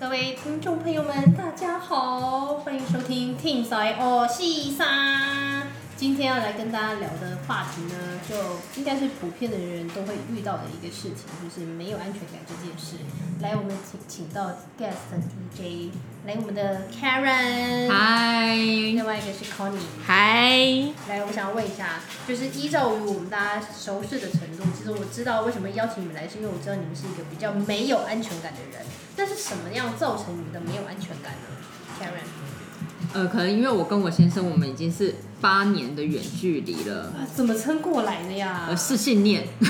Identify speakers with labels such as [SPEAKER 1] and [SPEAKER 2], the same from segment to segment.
[SPEAKER 1] 各位听众朋友们，大家好，欢迎收听《听仔哦西沙》。今天要来跟大家聊的话题呢，就应该是普遍的人都会遇到的一个事情，就是没有安全感这件事。来，我们请请到 guest DJ，来我们的 Karen，
[SPEAKER 2] 嗨
[SPEAKER 1] 另外一个是 Connie。
[SPEAKER 2] 嗨，
[SPEAKER 1] 来，我想要问一下，就是依照于我们大家熟识的程度，其实我知道为什么邀请你们来，是因为我知道你们是一个比较没有安全感的人。但是什么样造成你们的没有安全感呢？Karen，
[SPEAKER 2] 呃，可能因为我跟我先生，我们已经是八年的远距离了，
[SPEAKER 1] 啊，怎么撑过来的呀
[SPEAKER 2] 呃，是信念
[SPEAKER 1] 不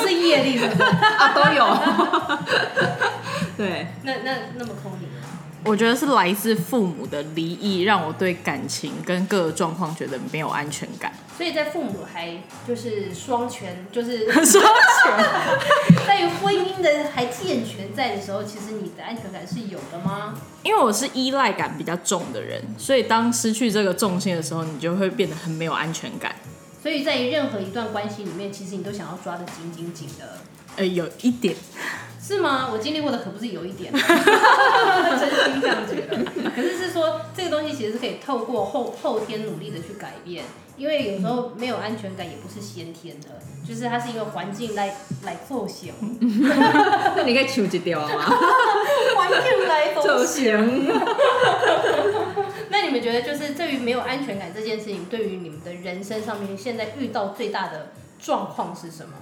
[SPEAKER 1] 是业力是不是
[SPEAKER 2] 啊都有，对，
[SPEAKER 1] 那那那么空灵，
[SPEAKER 3] 我觉得是来自父母的离异，让我对感情跟各个状况觉得没有安全感。
[SPEAKER 1] 所以在父母还就是双全，就是
[SPEAKER 3] 双全，
[SPEAKER 1] 在于婚姻的还健全在的时候，其实你的安全感是有的吗？
[SPEAKER 3] 因为我是依赖感比较重的人，所以当失去这个重心的时候，你就会变得很没有安全感。
[SPEAKER 1] 所以在于任何一段关系里面，其实你都想要抓得紧紧紧的。
[SPEAKER 3] 呃，有一点，
[SPEAKER 1] 是吗？我经历过的可不是有一点，真心这样觉得。可是是说这个东西其实是可以透过后后天努力的去改变，因为有时候没有安全感也不是先天的，就是它是一个环境来来奏响，
[SPEAKER 2] 那你可以求一啊掉 吗？
[SPEAKER 1] 环境来奏响。
[SPEAKER 2] 行，
[SPEAKER 1] 那你们觉得就是对于没有安全感这件事情，对于你们的人生上面现在遇到最大的状况是什么？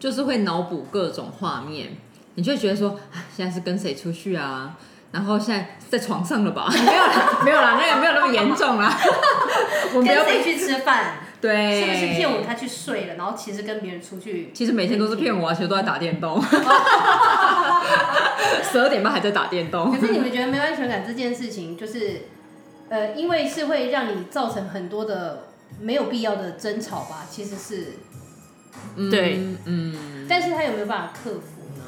[SPEAKER 2] 就是会脑补各种画面，你就会觉得说，啊，现在是跟谁出去啊？然后现在在床上了吧？ 没有啦，没有啦，那个没有那么严重啦。 我
[SPEAKER 1] 跟
[SPEAKER 2] 们要
[SPEAKER 1] 谁
[SPEAKER 2] 被
[SPEAKER 1] 去吃饭？
[SPEAKER 2] 对，
[SPEAKER 1] 是不是骗我？他去睡了，然后其实跟别人出去
[SPEAKER 2] 其实每天都是骗我、啊，其实都在打 电动，十二点半还在打电动
[SPEAKER 1] 可。是你们觉得没有安全感这件事情，就是呃，因为是会让你造成很多的没有必要的争吵吧？其实是，
[SPEAKER 3] 对，
[SPEAKER 2] 嗯，
[SPEAKER 1] 但是他有没有办法克服呢？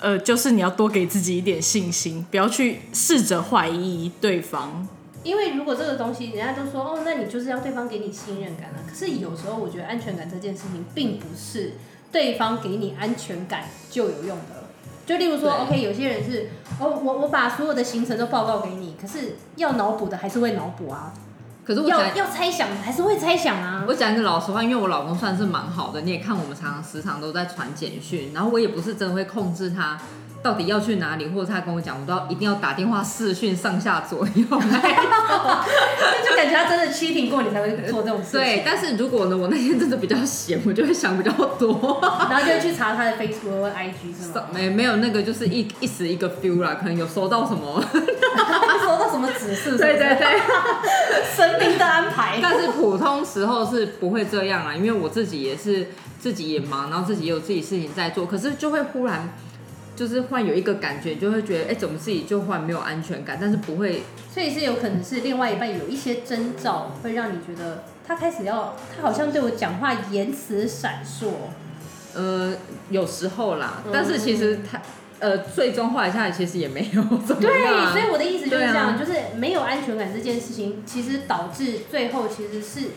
[SPEAKER 3] 呃，就是你要多给自己一点信心，不要去试着怀疑对方。
[SPEAKER 1] 因为如果这个东西，人家都说哦，那你就是要对方给你信任感啊。可是有时候我觉得安全感这件事情，并不是对方给你安全感就有用的。就例如说
[SPEAKER 2] 对
[SPEAKER 1] ，OK，有些人是哦，我我把所有的行程都报告给你，可是要脑补的还是会脑补啊，
[SPEAKER 2] 可是我讲
[SPEAKER 1] 要要猜想的还是会猜想啊。
[SPEAKER 2] 我讲一个老实话，因为我老公算是蛮好的，你也看我们常常时常都在传简讯，然后我也不是真的会控制他到底要去哪里，或者他跟我讲，我都要一定要打电话视讯上下左右。
[SPEAKER 1] 那就感觉他真的 cheating 过你才会做这种事情。
[SPEAKER 2] 对，但是如果呢，我那天真的比较闲，我就会想比较多。
[SPEAKER 1] 然后就去查他的 Facebook 或 IG 是吗？
[SPEAKER 2] 没没有那个就是一一时一个 feel 啦，可能有收到什么，
[SPEAKER 1] 他收到什么指示？
[SPEAKER 2] 对对对。
[SPEAKER 1] 神明的安排。
[SPEAKER 2] 但是普通时候是不会这样啦，因为我自己也是自己也忙，然后自己也有自己事情在做，可是就会忽然就是忽然有一个感觉，就会觉得哎、诶怎么自己就忽然没有安全感，但是不会
[SPEAKER 1] 所以是有可能是另外一半有一些征兆，会让你觉得他开始要，他好像对我讲话言辞闪烁。
[SPEAKER 2] 呃有时候啦
[SPEAKER 1] 嗯，
[SPEAKER 2] 但是其实他呃最终后来下来其实也没有 怎么
[SPEAKER 1] 对，
[SPEAKER 2] 样，
[SPEAKER 1] 所以我的意思就是这样，
[SPEAKER 2] 啊对啊
[SPEAKER 1] 就是没有安全感这件事情，其实导致最后其实是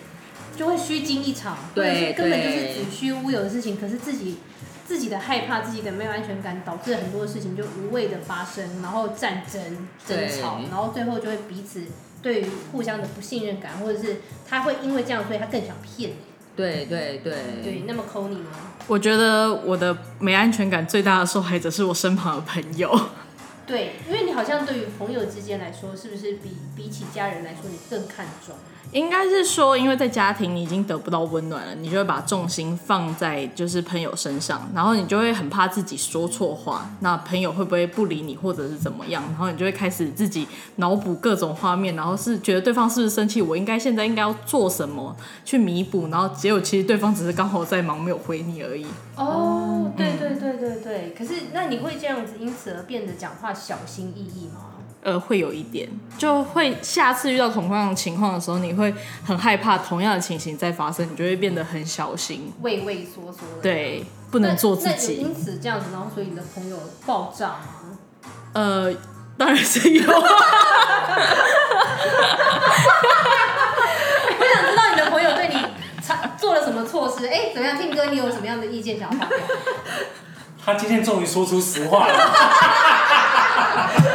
[SPEAKER 1] 就会虚惊一场，或
[SPEAKER 2] 对
[SPEAKER 1] 者是根本就是
[SPEAKER 2] 对
[SPEAKER 1] 子虚乌有的事情。可是自己自己的害怕，自己的没有安全感，导致很多事情就无谓的发生，然后战争、争
[SPEAKER 2] 对
[SPEAKER 1] 吵，然后最后就会彼此对于互相的不信任感，或者是他会因为这样，所以他更想骗你。
[SPEAKER 2] 对对对
[SPEAKER 1] 对，那么抠你吗？
[SPEAKER 3] 我觉得我的没安全感最大的受害者是我身旁的朋友。
[SPEAKER 1] 对，因为你好像对于朋友之间来说，是不是比比起家人来说，你更看重？
[SPEAKER 3] 应该是说，因为在家庭你已经得不到温暖了，你就会把重心放在就是朋友身上，然后你就会很怕自己说错话，那朋友会不会不理你或者是怎么样，然后你就会开始自己脑补各种画面，然后是觉得对方是不是生气，我应该现在应该要做什么去弥补，然后结果其实对方只是刚好在忙没有回你而已。
[SPEAKER 1] 哦，对对对对对。可是，那你会这样子，因此而变得讲话小心翼翼吗？
[SPEAKER 3] 呃，会有一点，就会下次遇到同样的情况的时候，你会很害怕同样的情形再发生，你就会变得很小心，
[SPEAKER 1] 畏畏缩缩的。
[SPEAKER 3] 对，不
[SPEAKER 1] 那，
[SPEAKER 3] 能做自
[SPEAKER 1] 那有
[SPEAKER 3] 己。
[SPEAKER 1] 因此这样子，然后所以你的朋友爆炸吗？
[SPEAKER 3] 呃，当然是有 啊，
[SPEAKER 1] 我想知道你的朋友对你采做了什么措施？哎，怎么样，听哥，你有什么样的意见想法？
[SPEAKER 4] 他今天终于说出实话了，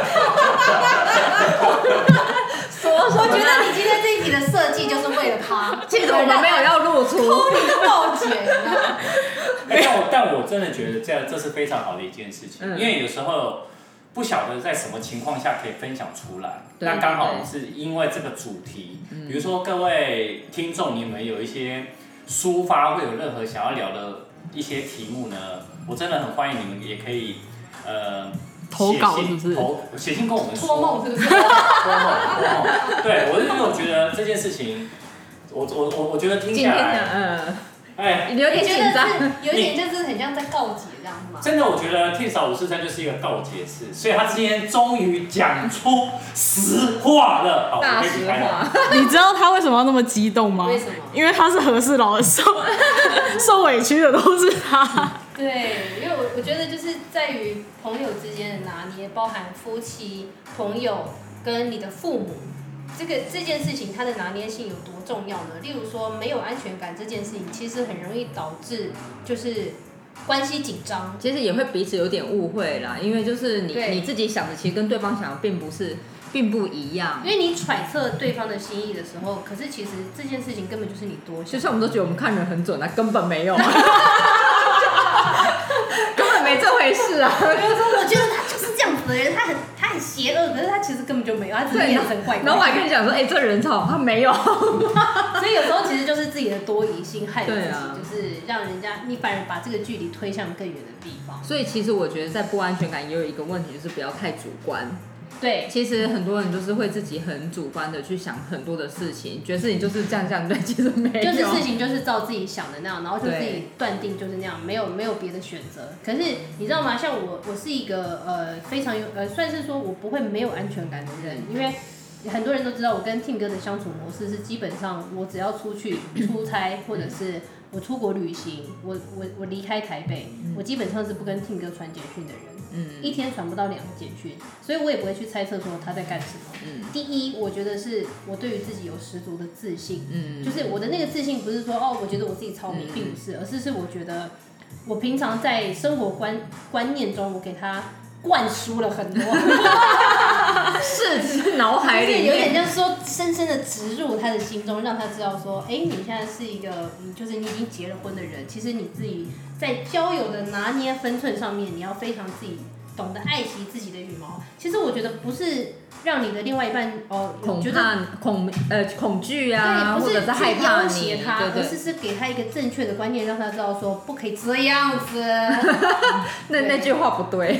[SPEAKER 1] 我觉得你今天这一集的设计就是为了他，
[SPEAKER 2] 其实我们没有要露出。
[SPEAKER 1] 脱离报警啊。
[SPEAKER 4] 哎但我但我真的觉得这样这是非常好的一件事情，
[SPEAKER 2] 嗯
[SPEAKER 4] 因为有时候不晓得在什么情况下可以分享出来。
[SPEAKER 2] 对
[SPEAKER 4] 那刚好
[SPEAKER 2] 对
[SPEAKER 4] 是因为这个主题，
[SPEAKER 3] 嗯
[SPEAKER 4] 比如说各位听众，你们有一些抒发会有任何想要聊的一些题目呢，我真的很欢迎你们也可以呃。
[SPEAKER 3] 投稿
[SPEAKER 4] 写信
[SPEAKER 3] 是不是
[SPEAKER 4] 投写信跟我们说
[SPEAKER 1] 托梦是不是？
[SPEAKER 4] 托梦托梦对我是因为我觉得这件事情，我我我我觉得听
[SPEAKER 2] 今
[SPEAKER 4] 下
[SPEAKER 2] 天
[SPEAKER 4] 来，
[SPEAKER 2] 的
[SPEAKER 4] 哎，
[SPEAKER 2] 嗯，有点紧张。
[SPEAKER 1] 你觉得是有点就是很像在告解这样子吗？
[SPEAKER 4] 真的，我觉得 T 少五四三就是一个告解式，所以他今天终于讲出实话了。好，我
[SPEAKER 2] 大
[SPEAKER 4] 可以离
[SPEAKER 2] 实
[SPEAKER 4] 开了。
[SPEAKER 2] 话，
[SPEAKER 3] 你知道他为什么要那么激动吗？
[SPEAKER 1] 为什么
[SPEAKER 3] 因为他是和事佬，受 受委屈的都是 他。
[SPEAKER 1] 对，因为我我觉得就是在于朋友之间的拿捏，包含夫妻、朋友跟你的父母，这个这件事情它的拿捏性有多重要呢？例如说没有安全感这件事情，其实很容易导致就是关系紧张。
[SPEAKER 2] 其实也会彼此有点误会啦，因为就是你
[SPEAKER 1] 对
[SPEAKER 2] 你自己想的，其实跟对方想的并不是，并不一样
[SPEAKER 1] 因。为你揣测对方的心意的时候，可是其实这件事情根本就是你多想
[SPEAKER 2] 就。像我们都觉得我们看人很准啊，根本没有， 根本没这回事啊。
[SPEAKER 1] 我说，我觉得他就是这样子的人，他很他很邪恶，可是他其实根本就没有，他只是
[SPEAKER 2] 对，
[SPEAKER 1] 变成怪
[SPEAKER 2] 然后我还跟你讲说，哎、这人超好，他没有。
[SPEAKER 1] 所以有时候其实就是自己的多疑心害了自
[SPEAKER 2] 对
[SPEAKER 1] 己，
[SPEAKER 2] 啊
[SPEAKER 1] 就是让人家你反而把这个距离推向更远的地方。
[SPEAKER 2] 所以其实我觉得在不安全感也有一个问题，就是不要太主观。
[SPEAKER 1] 对，
[SPEAKER 2] 其实很多人就是会自己很主观的去想很多的事情，觉得事情就是这样这样对，其实没
[SPEAKER 1] 就
[SPEAKER 2] 有。
[SPEAKER 1] 是事情就是照自己想的那样，然后就自己
[SPEAKER 2] 对
[SPEAKER 1] 断定就是那样，没有没有别的选择。可是你知道吗？像我，我是一个呃非常有呃算是说我不会没有安全感的人，因为。很多人都知道，我跟 Tim 哥的相处模式是基本上，我只要出去出差，或者是我出国旅行，我我我离开台北，
[SPEAKER 2] 嗯
[SPEAKER 1] 我基本上是不跟 Tim 哥传简讯的人。一天传不到两个简讯，所以我也不会去猜测说他在干什么。
[SPEAKER 2] 嗯
[SPEAKER 1] 第一，我觉得是我对于自己有十足的自信，
[SPEAKER 2] 嗯
[SPEAKER 1] 就是我的那个自信不是说哦，我觉得我自己超明，
[SPEAKER 2] 嗯
[SPEAKER 1] 并不是，而是是我觉得我平常在生活观观念中，我给他灌输了 很多，
[SPEAKER 2] 是是脑海
[SPEAKER 1] 就是
[SPEAKER 2] 里
[SPEAKER 1] 有点
[SPEAKER 2] 面。
[SPEAKER 1] 像说深深的植入他的心中，让他知道说，哎、你现在是一个，嗯，就是你已经结了婚的人，其实你自己在交友的拿捏分寸上面，你要非常自己懂得爱惜自己的羽毛。其实我觉得不是让你的另外一半哦，
[SPEAKER 2] 恐
[SPEAKER 1] 觉得
[SPEAKER 2] 怕恐呃恐惧啊，
[SPEAKER 1] 对，不
[SPEAKER 2] 或者
[SPEAKER 1] 是
[SPEAKER 2] 是害
[SPEAKER 1] 去
[SPEAKER 2] 怕
[SPEAKER 1] 要
[SPEAKER 2] 你，
[SPEAKER 1] 挟他，
[SPEAKER 2] 对
[SPEAKER 1] 而
[SPEAKER 2] 对
[SPEAKER 1] 是，是给他一个正确的观念，让他知道说不可以这样子，
[SPEAKER 2] 那那句话不对，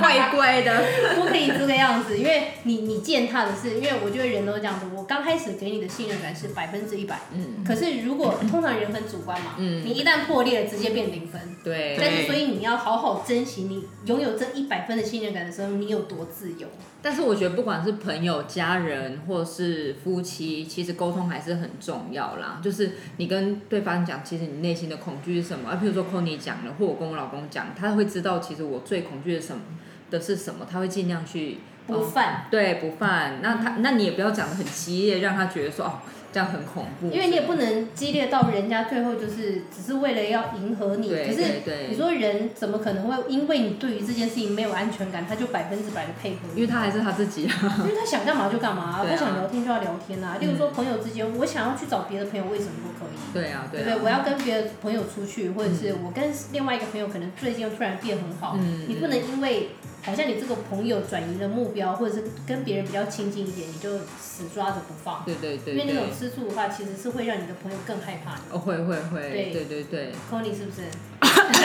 [SPEAKER 2] 怪怪的。
[SPEAKER 1] 不可以这个样子，因为你你践踏的是，因为我觉得人都这样子，我刚开始给你的信任感是百分之一百，
[SPEAKER 2] 嗯，
[SPEAKER 1] 可是如果通常人很主观嘛，
[SPEAKER 2] 嗯
[SPEAKER 1] 你一旦破裂了，直接变零分。
[SPEAKER 2] 对。
[SPEAKER 1] 但是所以你要好好珍惜你拥有这一百分的信任感的时候，你有多自由。
[SPEAKER 2] 但是我觉得不管是朋友、家人或是夫妻，其实沟通还是很重要啦。就是你跟对方讲，其实你内心的恐惧是什么？啊，譬如说 c o n y 讲了，或我跟我老公讲，他会知道其实我最恐惧的什么的是什么，他会尽量去哦
[SPEAKER 1] 不犯，
[SPEAKER 2] 对不犯。那他那你也不要讲的很激烈，让他觉得说哦这样很恐怖，
[SPEAKER 1] 因为你也不能激烈到人家最后就是只是为了要迎合你。
[SPEAKER 2] 对
[SPEAKER 1] 可是
[SPEAKER 2] 对对
[SPEAKER 1] 你说人怎么可能会因为你对于这件事情没有安全感，他就百分之百的配合你？
[SPEAKER 2] 因为他还是他自己啊。
[SPEAKER 1] 因为他想干嘛就干嘛、
[SPEAKER 2] 对啊嗯
[SPEAKER 1] 他想聊天就要聊天啊。例如说朋友之间，我想要去找别的朋友，为什么都可以？
[SPEAKER 2] 对啊，
[SPEAKER 1] 对
[SPEAKER 2] 啊
[SPEAKER 1] 不对？我要跟别的朋友出去，或者是我跟另外一个朋友，可能最近又突然变很好，
[SPEAKER 2] 嗯
[SPEAKER 1] 你不能因为好像你这个朋友转移了目标，或者是跟别人比较亲近一点，你就死抓着不放，
[SPEAKER 2] 对对对
[SPEAKER 1] 因为那种
[SPEAKER 2] 对，
[SPEAKER 1] 吃醋的话，其实是会让你的朋友更害怕你。
[SPEAKER 2] 哦会会会，
[SPEAKER 1] 对
[SPEAKER 2] 对对对。
[SPEAKER 1] Conny 是不是？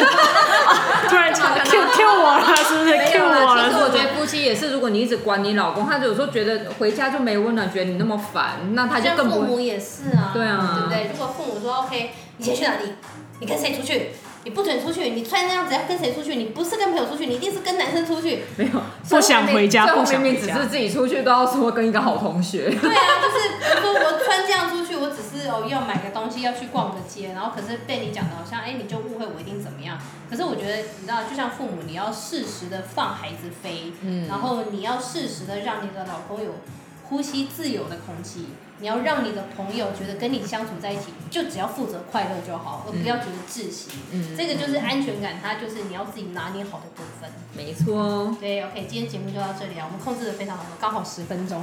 [SPEAKER 3] 突然
[SPEAKER 2] 干嘛干嘛
[SPEAKER 3] Q Q 我了，是不是
[SPEAKER 2] 没
[SPEAKER 1] 啊
[SPEAKER 3] Q
[SPEAKER 2] 有
[SPEAKER 3] 我
[SPEAKER 2] 啦，
[SPEAKER 3] 了？
[SPEAKER 2] 其
[SPEAKER 3] 是
[SPEAKER 2] 实我
[SPEAKER 3] 不是
[SPEAKER 2] 觉得夫妻也是，如果你一直管你老公，他有时候觉得回家就没温暖，觉得你那么烦，那他就
[SPEAKER 1] 像
[SPEAKER 2] 更
[SPEAKER 1] 父
[SPEAKER 2] 不
[SPEAKER 1] 母也是啊，
[SPEAKER 2] 对啊
[SPEAKER 1] 对不对？如果父母说 OK，你先去哪里？你跟谁出去？你不准出去！你穿那样子要跟谁出去？你不是跟朋友出去，你一定是跟男生出去。
[SPEAKER 2] 没有
[SPEAKER 3] 不想回家
[SPEAKER 2] 所以我
[SPEAKER 3] 不想
[SPEAKER 2] 明明
[SPEAKER 3] 回
[SPEAKER 2] 只
[SPEAKER 3] 家
[SPEAKER 2] 是自己出去都要说跟一个好同学，
[SPEAKER 1] 对啊，就是比如说我穿这样出去，我只是哦要买个东西，要去逛个街，然后可是被你讲的好像，哎，你就误会我一定怎么样。可是我觉得，你知道，就像父母，你要适时的放孩子飞，
[SPEAKER 2] 嗯
[SPEAKER 1] 然后你要适时的让你的老公有。呼吸自由的空气。你要让你的朋友觉得跟你相处在一起，就只要负责快乐就好，而不要觉得窒息。
[SPEAKER 2] 嗯，
[SPEAKER 1] 这个就是安全感，它就是你要自己拿捏好的部分。
[SPEAKER 2] 没错哦。
[SPEAKER 1] 对，OK，今天节目就到这里啊，我们控制的非常好，刚好十分钟。